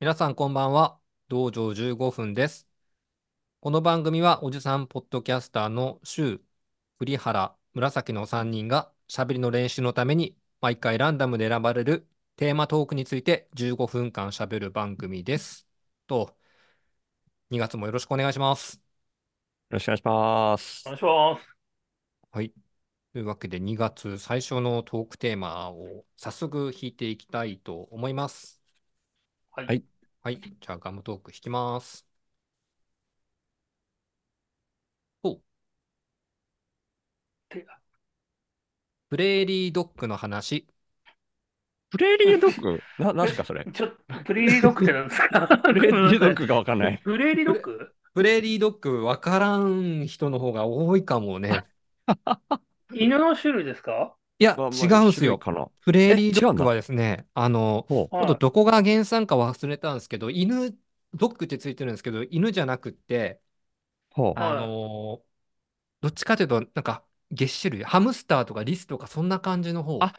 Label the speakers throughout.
Speaker 1: 皆さんこんばんは。道場15分です。この番組はおじさんポッドキャスターの周、栗原、紫の3人が喋りの練習のために毎回ランダムで選ばれるテーマトークについて15分間喋る番組です。と、2月もよろしくお願いします。
Speaker 2: よろしくお願いします。
Speaker 3: お願いします。
Speaker 1: はい。というわけで2月最初のトークテーマを早速引いていきたいと思います。
Speaker 3: はい。
Speaker 2: はい
Speaker 1: はい。じゃあ、ガムトーク引きます。お、
Speaker 3: て
Speaker 1: プレーリードッグの話。
Speaker 2: プレーリードッグ な、なんすかそれ。
Speaker 3: ちょっと、プレーリードッグってなんです か
Speaker 2: プレーリードッグがわかんない。
Speaker 3: プレーリードッグ
Speaker 1: プレーリードッグわからん人の方が多いかもね。
Speaker 3: 犬の種類ですか
Speaker 1: いや、
Speaker 2: まあ
Speaker 1: 違
Speaker 2: まあ
Speaker 1: うんす
Speaker 2: 種類
Speaker 1: よ。
Speaker 2: かな。
Speaker 1: プレーリードッ
Speaker 2: え違うん
Speaker 1: グ
Speaker 2: だ
Speaker 1: はですね、あの、
Speaker 2: ほう。
Speaker 1: ちょっとどこが原産か忘れたんですけど、犬、ドッグってついてるんですけど、犬じゃなくって、
Speaker 2: ほ
Speaker 3: は
Speaker 1: あ
Speaker 3: い
Speaker 1: のどっちかというと、なんか、げっ歯類、ハムスターとかリスとか、そんな感じの方。
Speaker 2: あ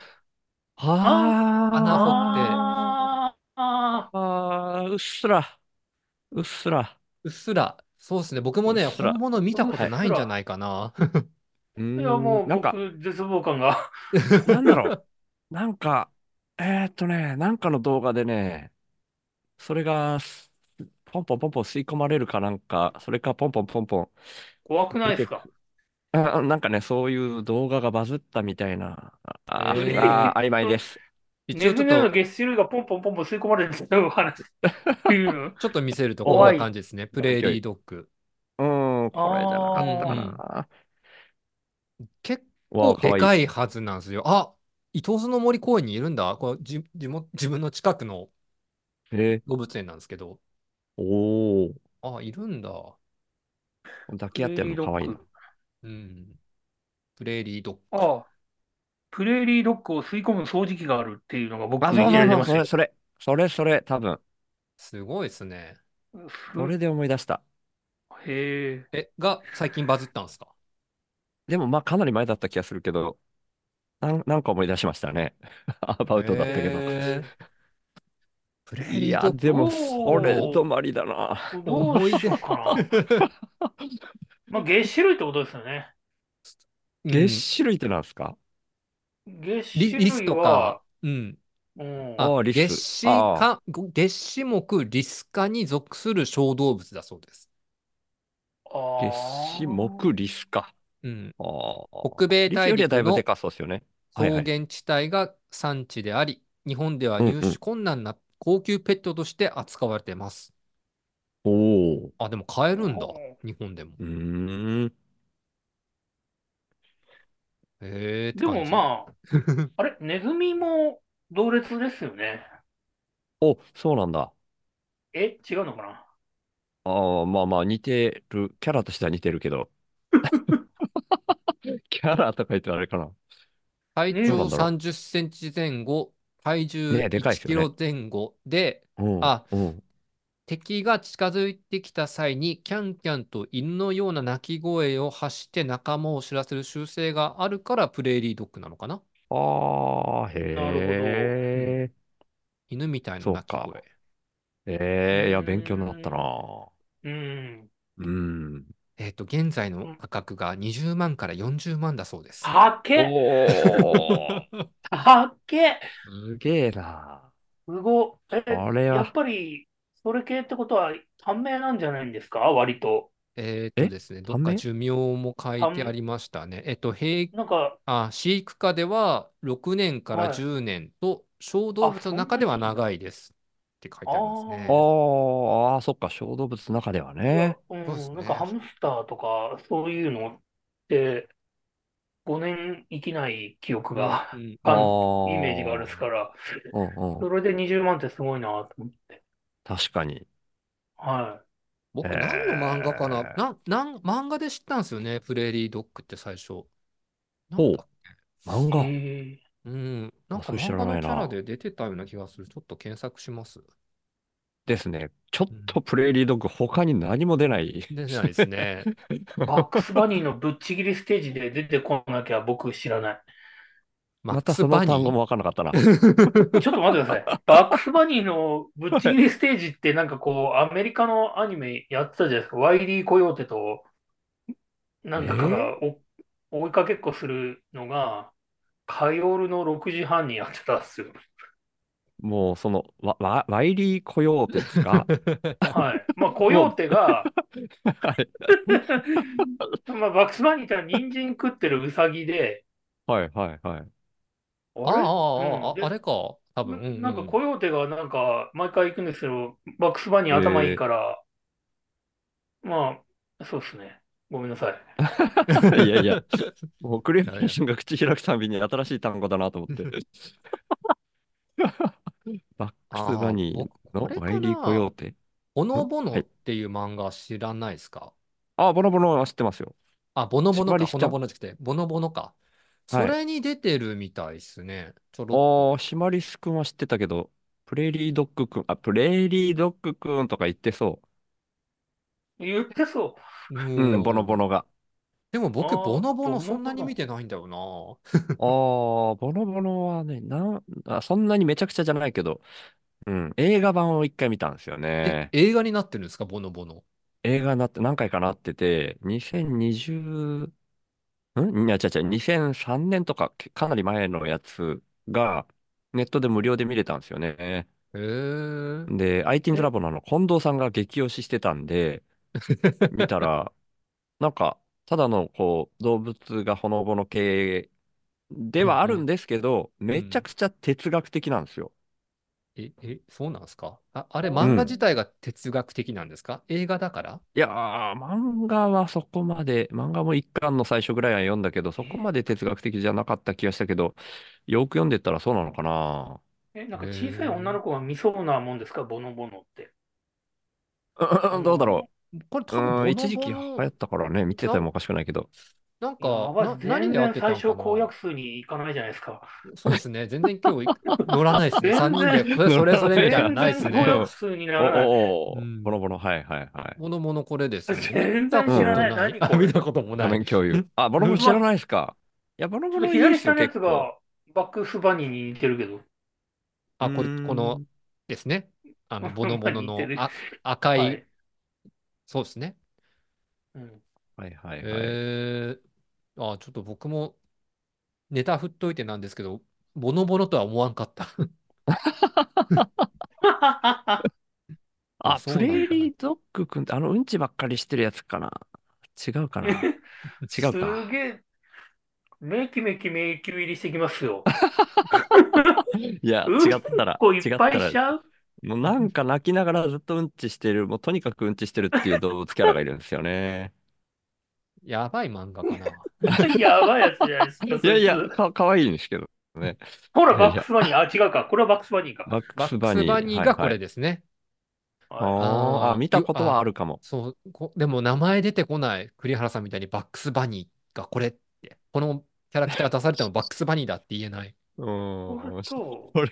Speaker 2: はあ。
Speaker 1: 穴掘って
Speaker 3: あーあ
Speaker 2: あーうっすら。うっすら。
Speaker 1: うっすら、そうですね、僕もね、
Speaker 2: うっすら
Speaker 1: 本物見たこと
Speaker 3: はい
Speaker 1: ないんじゃないかな。
Speaker 2: う
Speaker 3: ー。
Speaker 2: ー
Speaker 3: いや、も
Speaker 2: ん
Speaker 3: う、
Speaker 2: なんか、
Speaker 3: 僕、絶望感が。
Speaker 2: なんだろう。なんか、えーっとね、なんかの動画でね、それが、すポンポンポンポン吸い込まれるかなんか、それかポンポンポンポン
Speaker 3: 怖くない
Speaker 2: 出て
Speaker 3: ですか
Speaker 2: く。あ、なんかね、そういう動画がバズったみたいな。あ
Speaker 1: え
Speaker 2: ー、
Speaker 1: ー
Speaker 2: あー曖昧です。
Speaker 1: 一
Speaker 3: ネ
Speaker 1: 応ち
Speaker 3: ズ
Speaker 1: ょっ
Speaker 3: ミのよう
Speaker 1: と
Speaker 3: な月種類がポンポンポンポン吸い込まれるってい う話。っていうの
Speaker 1: ちょっと見せるとこん
Speaker 3: 怖
Speaker 1: ない感じですね。プレーリードッグ。
Speaker 2: うーん、これじゃなかった
Speaker 1: あ
Speaker 2: か
Speaker 1: ーうんうん
Speaker 2: な。
Speaker 1: 結
Speaker 2: わあ、
Speaker 1: 構
Speaker 2: か
Speaker 1: で
Speaker 2: わいい。
Speaker 1: かいはずなんですよ。あ、伊東洲の森公園にいるんだ。これじ、地元自分の近くの
Speaker 2: え
Speaker 1: 動物園なんですけど。
Speaker 2: おお、
Speaker 1: あ、いるんだ。
Speaker 2: 抱
Speaker 3: プ
Speaker 2: き合
Speaker 3: レ
Speaker 2: って
Speaker 3: ー
Speaker 2: るの
Speaker 3: リード
Speaker 2: かわいい
Speaker 3: ッ
Speaker 2: な
Speaker 3: グ。。
Speaker 1: うん。プレーリードッグ。
Speaker 3: ああ。プレーリードッグを吸い込む掃除機があるっていうのが僕
Speaker 2: あ、
Speaker 3: に
Speaker 2: そう
Speaker 3: 入れて
Speaker 2: そう
Speaker 3: まし
Speaker 2: そう、
Speaker 3: た
Speaker 2: それ、
Speaker 3: よ。
Speaker 2: それ、それ、それ、多分。
Speaker 1: すごいですね。
Speaker 2: それで思い出した。
Speaker 3: へえ。
Speaker 1: え、が最近バズったんですか
Speaker 2: でも、まあ、かなり前だった気がするけど、なん、なんか思い出しましたね。 アバウトだったけど。
Speaker 1: へープレー
Speaker 2: い
Speaker 1: リー
Speaker 2: や、
Speaker 1: ドッ
Speaker 2: で
Speaker 1: グ。
Speaker 2: も、
Speaker 3: お
Speaker 2: そ
Speaker 3: ー
Speaker 2: れ、止まりだな。
Speaker 3: どうしようかな。 まあ、月種類ってことですよね。
Speaker 1: うん
Speaker 2: 月種類ってなんですか
Speaker 3: 月
Speaker 1: リ、
Speaker 3: 種
Speaker 1: リス
Speaker 3: 類
Speaker 1: とか、
Speaker 3: は、
Speaker 1: うん。
Speaker 3: うん、
Speaker 2: あ
Speaker 1: あ、
Speaker 2: リス
Speaker 1: 月子
Speaker 2: ああ
Speaker 1: 科、ご月子目リス科に属する小動物だそうです。
Speaker 2: 月
Speaker 3: あ
Speaker 2: 子、
Speaker 3: ー
Speaker 2: 木、リスか。
Speaker 1: うん。
Speaker 2: ああ。
Speaker 1: 北米
Speaker 2: リスよりはだ
Speaker 1: 大陸
Speaker 2: いぶ
Speaker 1: の
Speaker 2: でかそうですよね。はいは
Speaker 1: 草
Speaker 2: い。
Speaker 1: 原地帯が産地であり、日本では
Speaker 2: うん
Speaker 1: 入
Speaker 2: う
Speaker 1: 手
Speaker 2: ん。
Speaker 1: 困難な高級ペットとして扱われています。
Speaker 2: おお。
Speaker 1: あ、でも買えるんだ。
Speaker 3: お
Speaker 1: 日本でも。
Speaker 2: うーん。
Speaker 1: へえーって
Speaker 3: ーで
Speaker 1: 感
Speaker 3: も
Speaker 1: じ。
Speaker 3: ま あ、あれ、ネズミも同列ですよね。
Speaker 2: お、そうなんだ。
Speaker 3: え、違うのかな
Speaker 2: ああ、まあまあ、似てる。キャラとしては似てるけ ど。キャラとか言ってあれかな。
Speaker 1: 体
Speaker 3: ね
Speaker 2: どうな
Speaker 1: 長
Speaker 2: んだろ
Speaker 1: 30センチ前後、体
Speaker 2: う。
Speaker 1: 重
Speaker 2: ねえ、でかい
Speaker 1: 1
Speaker 2: です
Speaker 1: キ
Speaker 2: よね。
Speaker 1: ロ前後で、
Speaker 2: うん、
Speaker 1: あ、
Speaker 2: うん。
Speaker 1: 敵が近づいてきた際に、キャンキャンと犬のような鳴き声を発して仲間を知らせる習性があるからプレーリードッグなのかな
Speaker 2: ああ、
Speaker 3: な
Speaker 1: うん。
Speaker 3: る
Speaker 2: へえ。
Speaker 1: 犬みたいな
Speaker 2: そう
Speaker 1: 鳴き
Speaker 2: か。
Speaker 1: 声。
Speaker 3: ほど。
Speaker 2: ええ、いや、勉強になったな。
Speaker 3: うーん。
Speaker 2: うん。
Speaker 1: えっと、現在
Speaker 3: う
Speaker 1: の
Speaker 3: ん
Speaker 1: 価格が20万から40万だそうです。
Speaker 3: はけ、
Speaker 2: お お、
Speaker 3: はけ、
Speaker 2: すげえな。
Speaker 3: すご。え、
Speaker 2: あれ
Speaker 3: やっ
Speaker 2: は、
Speaker 3: ぱり、それ系ってことは、短命なんじゃないんですか割と。
Speaker 1: えっと
Speaker 2: え
Speaker 1: ですね、どっ
Speaker 2: 短
Speaker 1: か
Speaker 2: 命
Speaker 1: 寿命も書いてあ
Speaker 3: 短、
Speaker 1: りましたね。えっと、平、
Speaker 3: なんか、
Speaker 1: あ、飼育下では6年から
Speaker 3: はい。
Speaker 1: 10年と、小動
Speaker 3: あ、
Speaker 1: 物の
Speaker 3: そん
Speaker 1: 中
Speaker 3: な
Speaker 1: で
Speaker 3: に
Speaker 1: は
Speaker 3: なんだ。
Speaker 1: 長いですって書いて
Speaker 3: あ
Speaker 1: あります
Speaker 2: あ
Speaker 1: ね。
Speaker 2: ーあー、そっか、小動物の中では
Speaker 3: あ、いや、
Speaker 2: ね。
Speaker 1: そうです
Speaker 3: うん、なんか
Speaker 1: ね。
Speaker 3: ハムスターとか、そういうのって、5年生きない記憶
Speaker 1: うんう
Speaker 3: が、
Speaker 1: んう
Speaker 2: あ
Speaker 3: あ
Speaker 1: ん。
Speaker 3: ん、イメージがあるですか
Speaker 2: あ、
Speaker 3: ら、
Speaker 2: うんう
Speaker 3: そ
Speaker 2: ん。
Speaker 3: れで20万ってすごいなと思って。
Speaker 2: 確かに。
Speaker 3: は
Speaker 2: え
Speaker 1: 僕、何の漫画かな、
Speaker 2: ー、
Speaker 1: な、なん、漫画で知ったんですよね、プレーリードッグって最初。なん
Speaker 2: ほ
Speaker 1: だ
Speaker 2: う、漫
Speaker 3: い。
Speaker 2: 画。
Speaker 3: え
Speaker 1: うん、なん
Speaker 2: あ、
Speaker 1: か
Speaker 2: それ知
Speaker 1: 漫画
Speaker 2: らな
Speaker 1: の
Speaker 2: い
Speaker 1: キャラ
Speaker 2: な。
Speaker 1: で出てたような気がする。ちょっと検索します。
Speaker 2: ですね。ちょ
Speaker 1: う
Speaker 2: っ
Speaker 1: ん、
Speaker 2: とプレーリードッグ、他に何も出ない。
Speaker 1: 出てないですね。
Speaker 3: ー、バックスバニーのぶっちぎりステージで出てこなきゃ僕知らない。
Speaker 1: マ
Speaker 2: ま
Speaker 1: ック
Speaker 2: た
Speaker 1: ス
Speaker 2: そ
Speaker 1: バ
Speaker 2: の
Speaker 1: ニ
Speaker 2: 単語
Speaker 1: ー
Speaker 2: もわからなかったな。
Speaker 3: ちょっと待ってください。バックスバニーのぶっちぎりステージってなんかこう、アメリカのアニメやってたじゃないですか。ワイリー・コヨーテと、なんだかがお追いかけっこするのが、火曜日の6時半にやってたんですよ。
Speaker 2: もうその、わわワイリー・コヨーテですか
Speaker 3: はい。まあ、コヨー テが、
Speaker 2: はい。
Speaker 3: まあ、バックスバニーってのは人参食ってるウサギで、
Speaker 2: はいはいはい。
Speaker 3: あ
Speaker 1: ああ、あ
Speaker 3: れ
Speaker 1: あ、
Speaker 3: うんで
Speaker 1: ああれか。多分。うんうん
Speaker 3: なんかコヨーテがなんか毎回行くんですけど、バックスバニー頭いいから、まあ、そうですね。ごめんなさい。
Speaker 2: いやいや、もうクリファンションが口開くたびに新しい単語だなと思 って。バックスバニー
Speaker 1: あー
Speaker 2: の
Speaker 1: 僕これかな
Speaker 2: ワイリー・コヨーテ。
Speaker 1: ほのぼの
Speaker 2: はい
Speaker 1: っていう漫画知らないですか
Speaker 2: あ、ボノボノは知ってますよ。
Speaker 1: あ、ボノボノか、
Speaker 2: 縛りしち
Speaker 1: ほ
Speaker 2: ゃ
Speaker 1: の
Speaker 2: う
Speaker 1: ぼのじゃなくて、ボノボノか。そ
Speaker 2: はい
Speaker 1: れに出てるみたいですね。ちょ
Speaker 2: あ
Speaker 1: ろ
Speaker 2: ー、シマリス君は知ってたけど、プレーリードッグ君、あ、プレーリードッグ君とか言ってそ
Speaker 3: 言ってそう。
Speaker 1: う
Speaker 2: う。うん、ボノボノが。
Speaker 1: でも僕、
Speaker 3: あー
Speaker 1: ボノボノ
Speaker 3: ボノボノ
Speaker 1: そんなに見てないんだよな。
Speaker 2: ああ、ボノボノはね、なん、あ、そんなにめちゃくちゃじゃないけど、うん、映画版を一回見たんですよ
Speaker 1: え
Speaker 2: ね、。
Speaker 1: 映画になってるんですか、ボノボノ。
Speaker 2: 映画になって何回かなってて、2020、んいや、違う違う、2003年とか、けかなり前のやつが、ネットで無料で見れたんですよね。
Speaker 1: へえ。
Speaker 2: で、IT ラボのあの近藤さんが激推ししてたんで、見た ら、なんか、ただのこう動物がほのぼの系ではあるんですけど、めちゃくちゃ哲学的なんですよ。
Speaker 1: え、え、そうなんですかあ、あれ、
Speaker 3: うん
Speaker 1: 漫画自体が哲学的なんですか映画だから
Speaker 2: いやー、漫画はそこまで、漫画も一巻の最初ぐらいは読んだけど、そこまで哲学的じゃなかった気がしたけど、よく読んでったらそうなのかな。
Speaker 3: え、なんか小さい女の子が見そうなもんですか、ボノボノって。
Speaker 2: うん うんどうだろ
Speaker 1: これ
Speaker 2: う。
Speaker 1: 多分ボノボ
Speaker 2: う
Speaker 1: ノ、
Speaker 2: ん、一時期流行ったからね、見ててもおかしくないけど。
Speaker 1: なん
Speaker 3: や
Speaker 1: か、
Speaker 3: ばい
Speaker 1: な
Speaker 3: 全
Speaker 1: 何で合って
Speaker 3: 然
Speaker 1: た
Speaker 3: 最
Speaker 1: の
Speaker 3: 小
Speaker 1: か
Speaker 3: 公
Speaker 1: な
Speaker 3: 約数に行かないじゃないですか。
Speaker 1: そうですね。全然今 日い乗らないですね。
Speaker 3: 全然
Speaker 1: 3人で、これそれそれみたいなのないです
Speaker 3: 全然公
Speaker 1: ね。
Speaker 3: 約数に
Speaker 2: お
Speaker 3: ならない。
Speaker 2: おお、
Speaker 1: うん
Speaker 2: ボロボロ、はいはいはい。
Speaker 1: ものものこれですね。
Speaker 3: 全然知らない
Speaker 1: 見
Speaker 3: 何
Speaker 1: たことあ
Speaker 3: これ
Speaker 1: 見たことも
Speaker 2: 画
Speaker 1: な
Speaker 2: 面
Speaker 1: い。
Speaker 2: 共有。あ、ボロボロ知らないですか。いや、ボロボロいいで
Speaker 3: 左
Speaker 2: す
Speaker 3: 下
Speaker 2: よ、
Speaker 3: のやつ
Speaker 2: 結構。
Speaker 3: がバックスバニーに似てるけど。
Speaker 1: あ、これ、
Speaker 2: うん
Speaker 1: このですね。あの、ボノボノの
Speaker 3: 似てる
Speaker 1: あ赤、
Speaker 3: はいい。
Speaker 1: そうですね。
Speaker 3: うん
Speaker 2: はいはいはい。
Speaker 1: えー、あ、ちょっと僕もネタ振っといてなんですけど、ボノボノとは思わんかった。
Speaker 2: あ、
Speaker 1: そう
Speaker 2: プ
Speaker 1: なんだ
Speaker 2: レーリードッグくんって、あのうんちばっかりしてるやつかな。違うかな。違うか。
Speaker 3: すげえ、めきめき迷宮入りしてきますよ。
Speaker 2: いや、
Speaker 3: うん
Speaker 2: 違ったら、
Speaker 3: こうい
Speaker 2: 違
Speaker 3: っ
Speaker 2: っ
Speaker 3: ぱ
Speaker 2: た
Speaker 3: いしち
Speaker 2: ら、
Speaker 3: ゃう
Speaker 2: もうなんか泣きながらずっとうんちしてる、もうとにかくうんちしてるっていう動物キャラがいるんですよね。
Speaker 1: やばい漫画かな。
Speaker 3: やばいやつじゃないですか。そ
Speaker 2: いやいや
Speaker 3: つ、
Speaker 2: か、かわいいんですけどね。
Speaker 3: ほら、
Speaker 2: いやいや
Speaker 3: バックスバニー。あ、違うか。これはバックスバニーか。
Speaker 2: バック
Speaker 1: バッ
Speaker 2: ス
Speaker 1: ク
Speaker 2: バニ
Speaker 1: ス
Speaker 2: ー。
Speaker 1: バニーがこ
Speaker 2: はいは
Speaker 1: れ
Speaker 2: い
Speaker 1: ですね。
Speaker 3: はい
Speaker 2: あー
Speaker 1: あ
Speaker 2: あ、
Speaker 1: ー
Speaker 2: 見たことはあるかも。
Speaker 1: そう、こでも名前出てこない栗原さんみたいにバックスバニーがこれって、このキャラクター出されてもバックスバニーだって言えない。
Speaker 2: うー
Speaker 3: ほ
Speaker 2: ん。
Speaker 3: んと
Speaker 2: これ、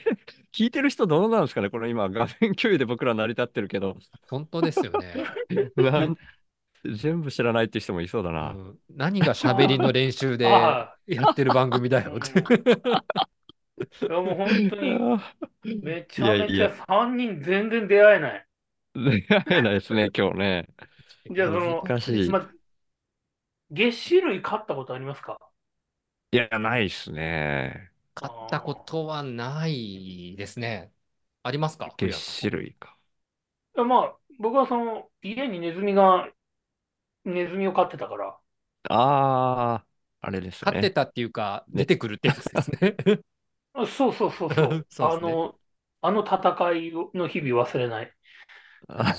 Speaker 2: 聞いてる人どうなんですかねこれ今、画面共有で僕ら成り立ってるけ ど、
Speaker 1: 本当ですよ ね。
Speaker 2: なん全部知らないっていう人もいそうだ
Speaker 1: う
Speaker 2: な。
Speaker 1: ん、何が喋りの練習でや
Speaker 3: あ
Speaker 1: ってる番組だよって。
Speaker 3: あ、いやもう本当に、めちゃめ
Speaker 2: い
Speaker 3: ち
Speaker 2: や
Speaker 3: ゃ
Speaker 2: い
Speaker 3: 3人全然出会えない。
Speaker 2: 出会 えないですね、今日ね。
Speaker 3: じゃあそ の
Speaker 2: 難しい。
Speaker 3: ま、月種類勝ったことありますか
Speaker 2: いや、ないですね。
Speaker 1: 買ったことはないですね。ありますか栗原
Speaker 2: 月
Speaker 1: さん
Speaker 2: 種類か。
Speaker 3: いやまあ、僕はその、家にネズミが、ネズミを飼ってたから、
Speaker 2: ああ、あれです
Speaker 1: 買って
Speaker 2: ね。
Speaker 1: たっていうか、
Speaker 2: ね
Speaker 1: 出てくるってやつですね。
Speaker 3: あそうそうそうそう、
Speaker 1: そうっ
Speaker 3: あ
Speaker 1: すね
Speaker 3: の、あの戦いの日々忘れない。
Speaker 2: あ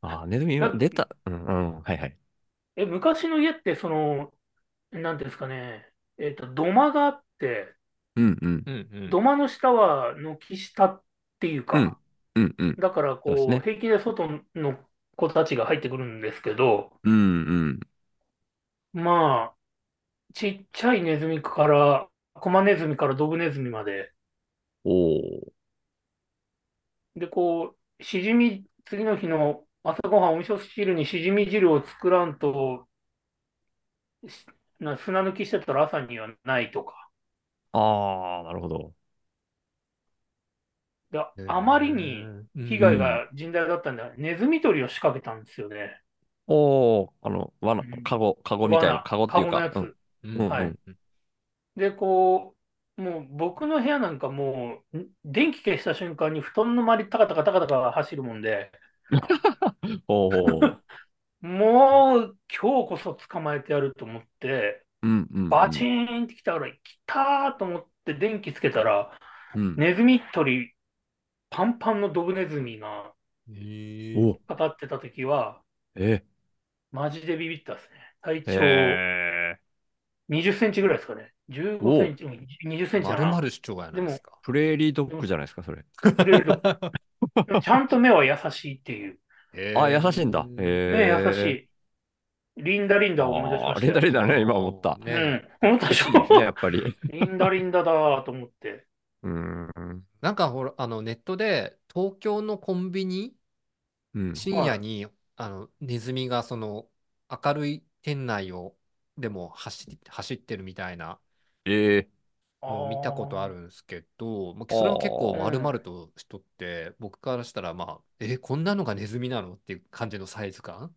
Speaker 2: あー、ネズミ
Speaker 3: なん
Speaker 2: 出た。うんうん。はいはい。
Speaker 3: え、昔の家って、その、なんていうんですかね、えっと、土間があって、
Speaker 2: うんうん。
Speaker 1: うんうん
Speaker 3: 土間の下は軒下っていう
Speaker 2: うん
Speaker 3: か、
Speaker 2: うんうん。
Speaker 3: だから
Speaker 2: そうです
Speaker 3: こう、
Speaker 2: ね
Speaker 3: 平気で外の子たちが入ってくるんですけど、
Speaker 2: うんうん。
Speaker 3: まあ、ちっちゃいネズミから、コマネズミからドブネズミまで、
Speaker 2: おお。
Speaker 3: で、こう、しじみ、次の日の朝ごはん、お味噌汁にしじみ汁を作らんと、しな砂抜きしてたら朝にはないとか。
Speaker 2: ああ、なるほど。
Speaker 3: で、あまりに被害が甚大だったんで、ネズミ捕りを仕掛けたんですよね。
Speaker 2: おお、あの、罠
Speaker 3: うん、
Speaker 2: カゴ、カゴみたいな、
Speaker 3: 罠
Speaker 2: カゴっていう
Speaker 3: カゴの
Speaker 2: か
Speaker 3: や、つ。
Speaker 2: うん、
Speaker 1: うん
Speaker 2: うん
Speaker 3: はい
Speaker 1: うん
Speaker 3: で、こう、もう僕の部屋なんかもう、ん電気消した瞬間に布団の周り、タカタカタカタカ走るもんで、
Speaker 2: おお、
Speaker 3: もう今日こそ捕まえてやると思って、
Speaker 2: うん、うん、
Speaker 3: バチーンって来たから、来たーと思って電気つけたら、
Speaker 2: うん、
Speaker 3: ネズミ捕り、パンパンのドブネズミが
Speaker 1: へ
Speaker 2: お
Speaker 1: ー
Speaker 2: お、
Speaker 3: かかってた時は、
Speaker 2: え、
Speaker 3: マジでビビったですね。体長
Speaker 2: えー、
Speaker 3: 20センチぐらいですかね。15センチ、うん20センチだ
Speaker 1: 丸
Speaker 3: な。
Speaker 1: 々主張やないですか。
Speaker 2: プレーリードッグじゃないですか、それ。
Speaker 3: くれると ちゃんと目は優しいっていう。
Speaker 1: へー
Speaker 2: あ、優しいんだ。
Speaker 3: 目
Speaker 2: え
Speaker 3: 優しい。リンダリンダを思い出しま
Speaker 2: あ
Speaker 3: し
Speaker 2: ー
Speaker 3: た
Speaker 2: レンダ
Speaker 3: よ。
Speaker 2: リーだね、今思 った。
Speaker 1: ね
Speaker 3: うん、思ったでし
Speaker 2: いいね、や
Speaker 3: ょ。
Speaker 2: っぱり。
Speaker 3: リンダリンダだーと 思って。
Speaker 2: うーん。
Speaker 1: なんかほら、あのネットで東京のコンビニ、
Speaker 2: うん。
Speaker 1: 深夜にあのネズミがその明るい店内をでも走り走ってるみたいな
Speaker 2: ええ
Speaker 1: のを見たことあ
Speaker 3: あ
Speaker 1: るんですけど、まあそれは結構
Speaker 3: あー
Speaker 1: 丸々としとって、僕からしたら、まあ、え、こんなのがネズミなのっていう感じのサイズ感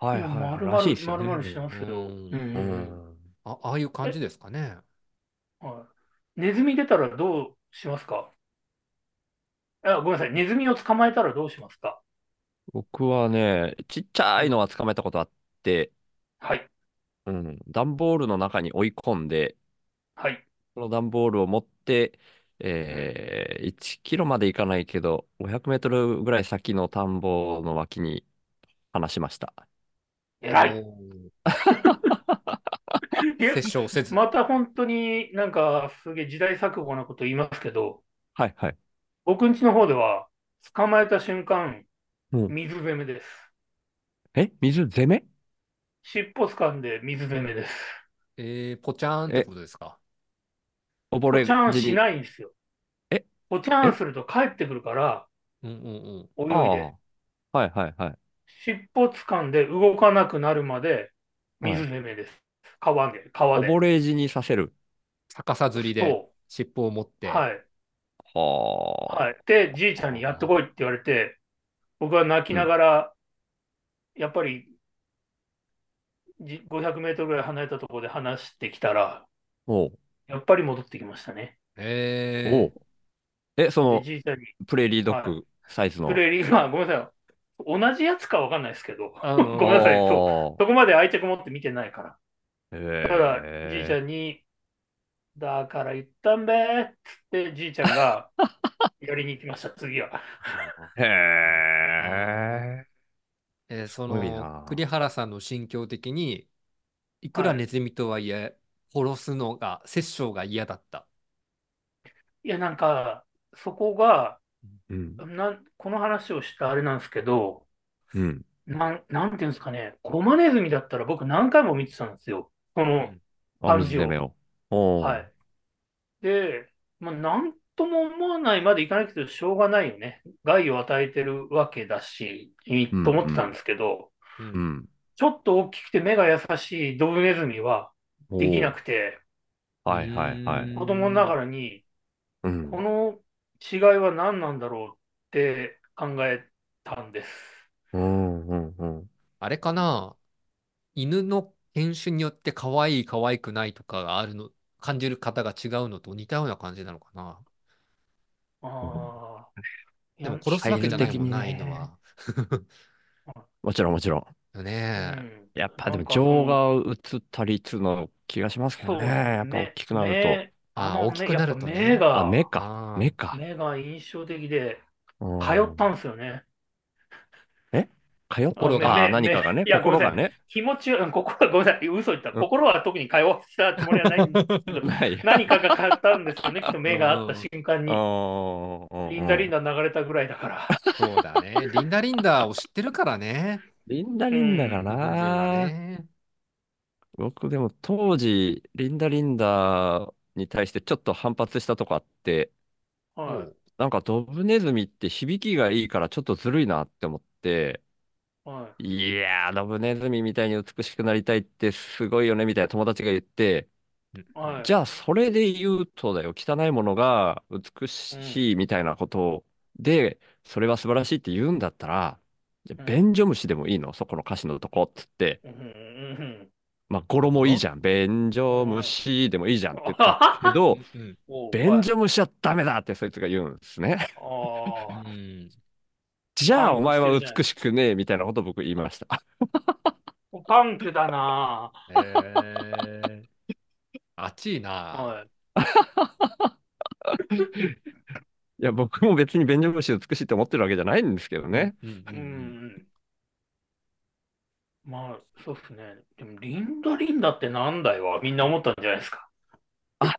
Speaker 2: ー、はいはい
Speaker 3: ま
Speaker 2: はい。
Speaker 3: る
Speaker 2: らしいっすよね。
Speaker 3: まるしてますけ
Speaker 1: う
Speaker 3: ど。
Speaker 1: ん
Speaker 3: うん
Speaker 2: うん。
Speaker 1: あ、ああいう感じですかね。
Speaker 3: はいネズミ出たらどうしますかあ、ごめんなさい。ネズミを捕まえたらどうしますか
Speaker 2: 僕はね、ちっちゃいのは捕まえたことあって、
Speaker 3: はい。
Speaker 2: うん。段ボールの中に追い込んで、
Speaker 3: はい。
Speaker 2: その段ボールを持って、えー、1キロまで行かないけど、500メートルぐらい先の田んぼの脇に放しました。
Speaker 3: 偉い。
Speaker 1: おー
Speaker 3: いや
Speaker 1: 殺生せず。
Speaker 3: また本当になんかすげえ時代錯誤なこと言いますけど、
Speaker 2: はいはい。
Speaker 3: 僕ん家の方では捕まえた瞬間、
Speaker 2: うん
Speaker 3: 水攻めです。
Speaker 2: え、水攻め
Speaker 3: 尻尾掴んで水攻めです。
Speaker 1: えー、ポチャーンってことですか。
Speaker 2: 溺
Speaker 3: ポ
Speaker 2: れ
Speaker 3: チャン
Speaker 2: 尻
Speaker 3: しないんですよ。
Speaker 2: え
Speaker 3: ポチャンすると帰ってくるから、
Speaker 1: うんうん
Speaker 3: 泳い
Speaker 2: あ
Speaker 3: で、
Speaker 2: あ。はいはいはい。
Speaker 3: 尻尾掴んで動かなくなるまで水攻めです。川で、川で。
Speaker 2: 溺れ死にさせる。
Speaker 1: 逆さ釣りで
Speaker 3: そ
Speaker 1: 尻尾を持っ
Speaker 3: う。
Speaker 1: て。
Speaker 3: はい。
Speaker 2: はあ。
Speaker 3: はい。で、じいちゃんにやってこいって言われて、僕は泣きながら、やっぱり、じ500メートルぐらい離れたところで話してきたら、
Speaker 2: おう
Speaker 3: やっぱり戻ってきましたね。
Speaker 1: えー
Speaker 2: おうえ、そ
Speaker 3: で、
Speaker 2: の、
Speaker 3: じいちゃんに、
Speaker 2: プレーリードッグサイズの。
Speaker 3: プレーリー、まあ、ごめんなさいよ。同じやつかわかんないですけど、
Speaker 1: あ
Speaker 3: ご
Speaker 1: の
Speaker 3: めんなさい
Speaker 2: あー
Speaker 3: そこまで愛着持って見てないから。
Speaker 2: へ
Speaker 3: た
Speaker 2: ー
Speaker 3: だ、じいちゃんに、だから言ったんべーっつって、じいちゃんが、 やりに行きました、次は。
Speaker 2: へ
Speaker 1: えーそ
Speaker 2: ごいな
Speaker 1: の栗原さんの心境的にいくら
Speaker 3: はい
Speaker 1: ネズミとはいえ殺すのが殺生が嫌だった。
Speaker 3: いや、なんか、そこが、
Speaker 2: ーうん。
Speaker 3: なん、この話をしたあれなんですけど、
Speaker 2: うん。
Speaker 3: なん、なんていうんですかね、コマネズミだったら僕何回も見てたんですよ。この、
Speaker 2: あ、
Speaker 3: 感じ
Speaker 2: 水
Speaker 3: を
Speaker 2: 攻めを。おう
Speaker 3: はい。で、まあ、なんとも思わないまでいかないけど、しょうがないよね。害を与えてるわけだし、いい
Speaker 2: うん
Speaker 3: と思ってたんですけど、
Speaker 1: う
Speaker 2: うんん。
Speaker 3: ちょっと大きくて目が優しいドブネズミはできなくて、
Speaker 2: おうはいはいは
Speaker 1: う
Speaker 2: い
Speaker 1: ん。
Speaker 3: 子供ながらに、
Speaker 2: うん
Speaker 3: この違いは何なんだろうって考えたんです。
Speaker 2: うんうんうん。
Speaker 1: あれかな犬の犬種によって可愛い可愛くないとかがあるの感じる方が違うのと似たような感じなのかな
Speaker 3: ああ。
Speaker 1: でも
Speaker 3: いや
Speaker 1: 殺すわけじゃないもんな
Speaker 2: サ
Speaker 1: い
Speaker 2: イ
Speaker 1: のは。
Speaker 2: もちろんもちろん。
Speaker 1: ねえ。
Speaker 2: やっぱでも
Speaker 3: 情
Speaker 2: 情が映ったりっつうの気がしますけどね。やっぱ大きくなると。
Speaker 1: ああ
Speaker 3: の
Speaker 1: 大きくなるとね
Speaker 3: やっぱ
Speaker 2: あ、目
Speaker 3: 目が、
Speaker 2: か
Speaker 1: あ。ー
Speaker 2: 目か。
Speaker 3: 目が印象的で、
Speaker 2: うん
Speaker 3: 通ったんですよね。
Speaker 2: 通っ
Speaker 1: 心
Speaker 3: が
Speaker 2: あー何かがね、
Speaker 3: いや
Speaker 2: 心がね。
Speaker 3: 気持ちは、うん心は、ごめんなさい、嘘言った。心は特に通わせたつもりはないんですけど、
Speaker 2: ない。あ
Speaker 3: 何かが変わったんですよね、きっと目があった瞬間に。
Speaker 2: ー
Speaker 3: リンダリン
Speaker 2: ダ。
Speaker 3: ダ流れたぐらいだから。
Speaker 1: そうだ ね。リンダリンダを知ってるからね。
Speaker 2: リンダリンダか
Speaker 1: 日本人
Speaker 2: な
Speaker 1: は。ね
Speaker 2: 僕でも当時、リンダリンダに対してちょっと反発したとこあって、
Speaker 3: はい
Speaker 2: なんかドブネズミって響きがいいからちょっとずるいなって思って、
Speaker 3: はい
Speaker 2: やー、ドブネズミみたいに美しくなりたいってすごいよねみたいな友達が言って、
Speaker 3: はい。
Speaker 2: じゃあ、それで言うとだよ、汚いものが美しいみたいなことで、それは素晴らしいって言うんだったら、じゃあ
Speaker 3: うん
Speaker 2: 便所虫でもいいのそこの歌詞のとこっつって、
Speaker 3: うんうん
Speaker 2: まあ、語呂もいいじゃん。便所虫でもいいじゃんって言った けど、
Speaker 1: うん。
Speaker 3: うん。
Speaker 2: 便所虫はダメだってそいつが言うんです ね。
Speaker 1: う
Speaker 3: ああ。
Speaker 1: ん。
Speaker 2: じゃあ、
Speaker 3: あ
Speaker 2: お前は
Speaker 3: 面白い
Speaker 2: 美しくねえみたいなことを僕言いました。
Speaker 3: パンクだな
Speaker 1: え ー、熱い
Speaker 3: ぁ
Speaker 1: な。
Speaker 3: はい。
Speaker 2: いや、僕も別に便所虫美しいって思ってるわけじゃないんですけどね。
Speaker 1: うんう
Speaker 3: うんんう
Speaker 1: うん。
Speaker 3: ん。まあ、そうっすね。でも、リンダリンダってなんだよ。みんな思ったんじゃないですか。
Speaker 2: あ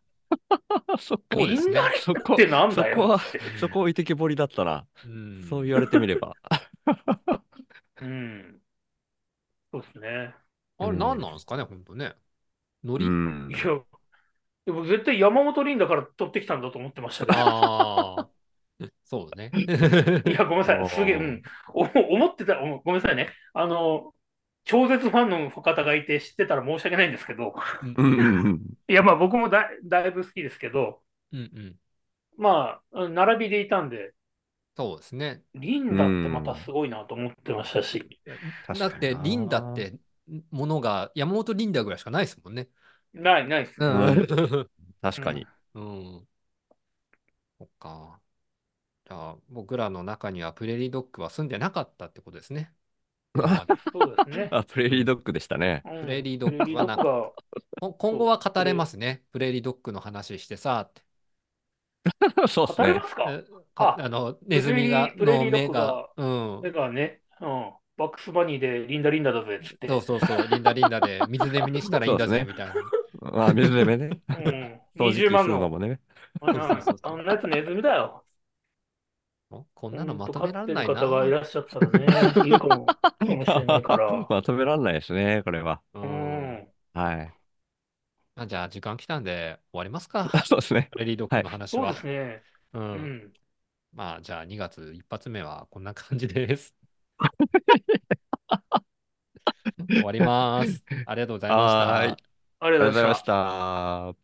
Speaker 2: そこ
Speaker 1: そうですね
Speaker 3: リンダリン
Speaker 2: そ
Speaker 3: ダ
Speaker 2: こ
Speaker 3: っ、てなんだ
Speaker 2: そこ
Speaker 3: よ
Speaker 2: は
Speaker 3: って。
Speaker 2: そこ置いてけぼりだったな。
Speaker 1: うん
Speaker 2: そう言われてみれば。
Speaker 3: うん。そうですね。
Speaker 1: あれ何なんですかね、ほんとね。ノリ。
Speaker 2: うん
Speaker 3: いや、でも絶対山本リンダから取ってきたんだと思ってましたけど。
Speaker 1: ああ。 そうね。
Speaker 3: いや、ごめんなさ
Speaker 2: おー
Speaker 3: い。すげえ、うん。お思ってた、おごめんなさいね。あの、超絶ファンの方がいて知ってたら申し訳ないんですけど、
Speaker 1: う
Speaker 2: うんんうんうん
Speaker 3: いや、まあ僕もだ、だいぶ好きですけど、
Speaker 1: うんうん。
Speaker 3: まあ、並びでいたんで、
Speaker 1: そうですね。
Speaker 3: リンダってまたすごいなと思ってましたし、
Speaker 2: 確
Speaker 1: だ
Speaker 2: かにな
Speaker 1: って、リンダってものが山本リンダぐらいしかないですもんね。
Speaker 3: ない、ないです。
Speaker 1: うん。
Speaker 2: 確かに。
Speaker 1: うん。そっか。じゃあ、僕らの中にはプレリードッグは住んでなかったってことですね。まあ
Speaker 3: そうです ね。
Speaker 2: あ、プレーリードッグでした ね。
Speaker 3: うん
Speaker 1: プレリードッグはな
Speaker 3: プレリードッグは
Speaker 1: こ今後は語れますね。プレリードッグの話してさって。
Speaker 2: そうっす
Speaker 3: 語れ
Speaker 2: ね
Speaker 3: ま。すか
Speaker 1: えかあの、ネズミが、
Speaker 3: プレ
Speaker 1: の
Speaker 3: リードッ
Speaker 1: 目
Speaker 3: グ
Speaker 1: が
Speaker 3: が、
Speaker 1: うん
Speaker 3: だ。からね、うん、バックスバニーでリンダリンダだぜっつって。
Speaker 1: そうそうそう、リンダリンダで水攻めにしたらいいんだぜ、
Speaker 2: そう
Speaker 1: み
Speaker 2: で
Speaker 1: たいな。
Speaker 2: まあ、水で目 ね。
Speaker 3: うん、
Speaker 2: 掃除機す
Speaker 3: 20
Speaker 2: る
Speaker 3: 万
Speaker 2: の
Speaker 3: の。
Speaker 2: もね。
Speaker 3: うん
Speaker 1: そうそうそう
Speaker 3: あんなやつネズミだよ。
Speaker 1: おこんなのまとめられない
Speaker 3: 飼ってる方がい
Speaker 1: な。
Speaker 3: らっしゃったらね、いるかも、か もしれないから。
Speaker 2: まとめらんないですね、これは。
Speaker 1: う
Speaker 3: うんん。
Speaker 2: はい。
Speaker 1: まあじゃあ、時間来たんで終わりますか。
Speaker 2: そうですね。
Speaker 1: プレリードッグの話
Speaker 3: そう
Speaker 1: は。
Speaker 3: ですね。
Speaker 1: う。
Speaker 3: うんん。
Speaker 1: まあ、じゃあ、2月一発目はこんな感じです。終わります。ありがとうございました
Speaker 2: はーい。
Speaker 3: あり
Speaker 2: あ
Speaker 3: が
Speaker 2: りがとうご
Speaker 3: とう
Speaker 2: ざ
Speaker 3: ござ
Speaker 2: い
Speaker 3: い
Speaker 2: ま
Speaker 3: ま
Speaker 2: し。
Speaker 3: した